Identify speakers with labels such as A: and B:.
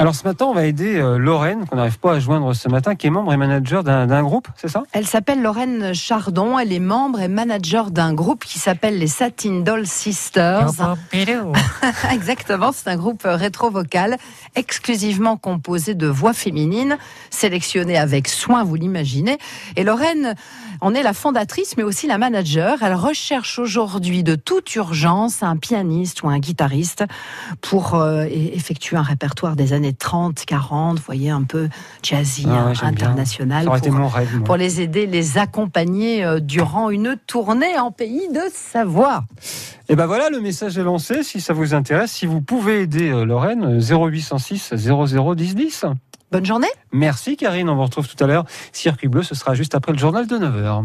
A: Alors ce matin, on va aider euh, Lorraine, qu'on n'arrive pas à joindre ce matin, qui est membre et manager d'un d'un groupe, c'est ça
B: Elle s'appelle Lorraine Chardon, elle est membre et manager d'un groupe qui s'appelle les Satin Doll
A: Ah
B: Sisters. Exactement, c'est un groupe euh, rétro-vocal exclusivement composé de voix féminines, sélectionnées avec soin, vous l'imaginez. Et Lorraine en est la fondatrice, mais aussi la manager. Elle recherche aujourd'hui de toute urgence un pianiste ou un guitariste pour euh, e- effectuer un répertoire des années 30, 40, vous voyez, un peu jazzy, hein,
A: Ah ouais, j'aime bien.
B: international.
A: Ça aurait été
B: pour-
A: mon rêve. moi.
B: pour les aider, les accompagner euh, durant une tournée en pays de Savoie.
A: Et ben voilà, le message est lancé. Si ça vous intéresse, si vous pouvez aider euh, Lorraine, euh, 0806 00 10 10.
B: Bonne journée
A: Merci Karine, on vous retrouve tout à l'heure. Circuit bleu, ce sera juste après le journal de 9h.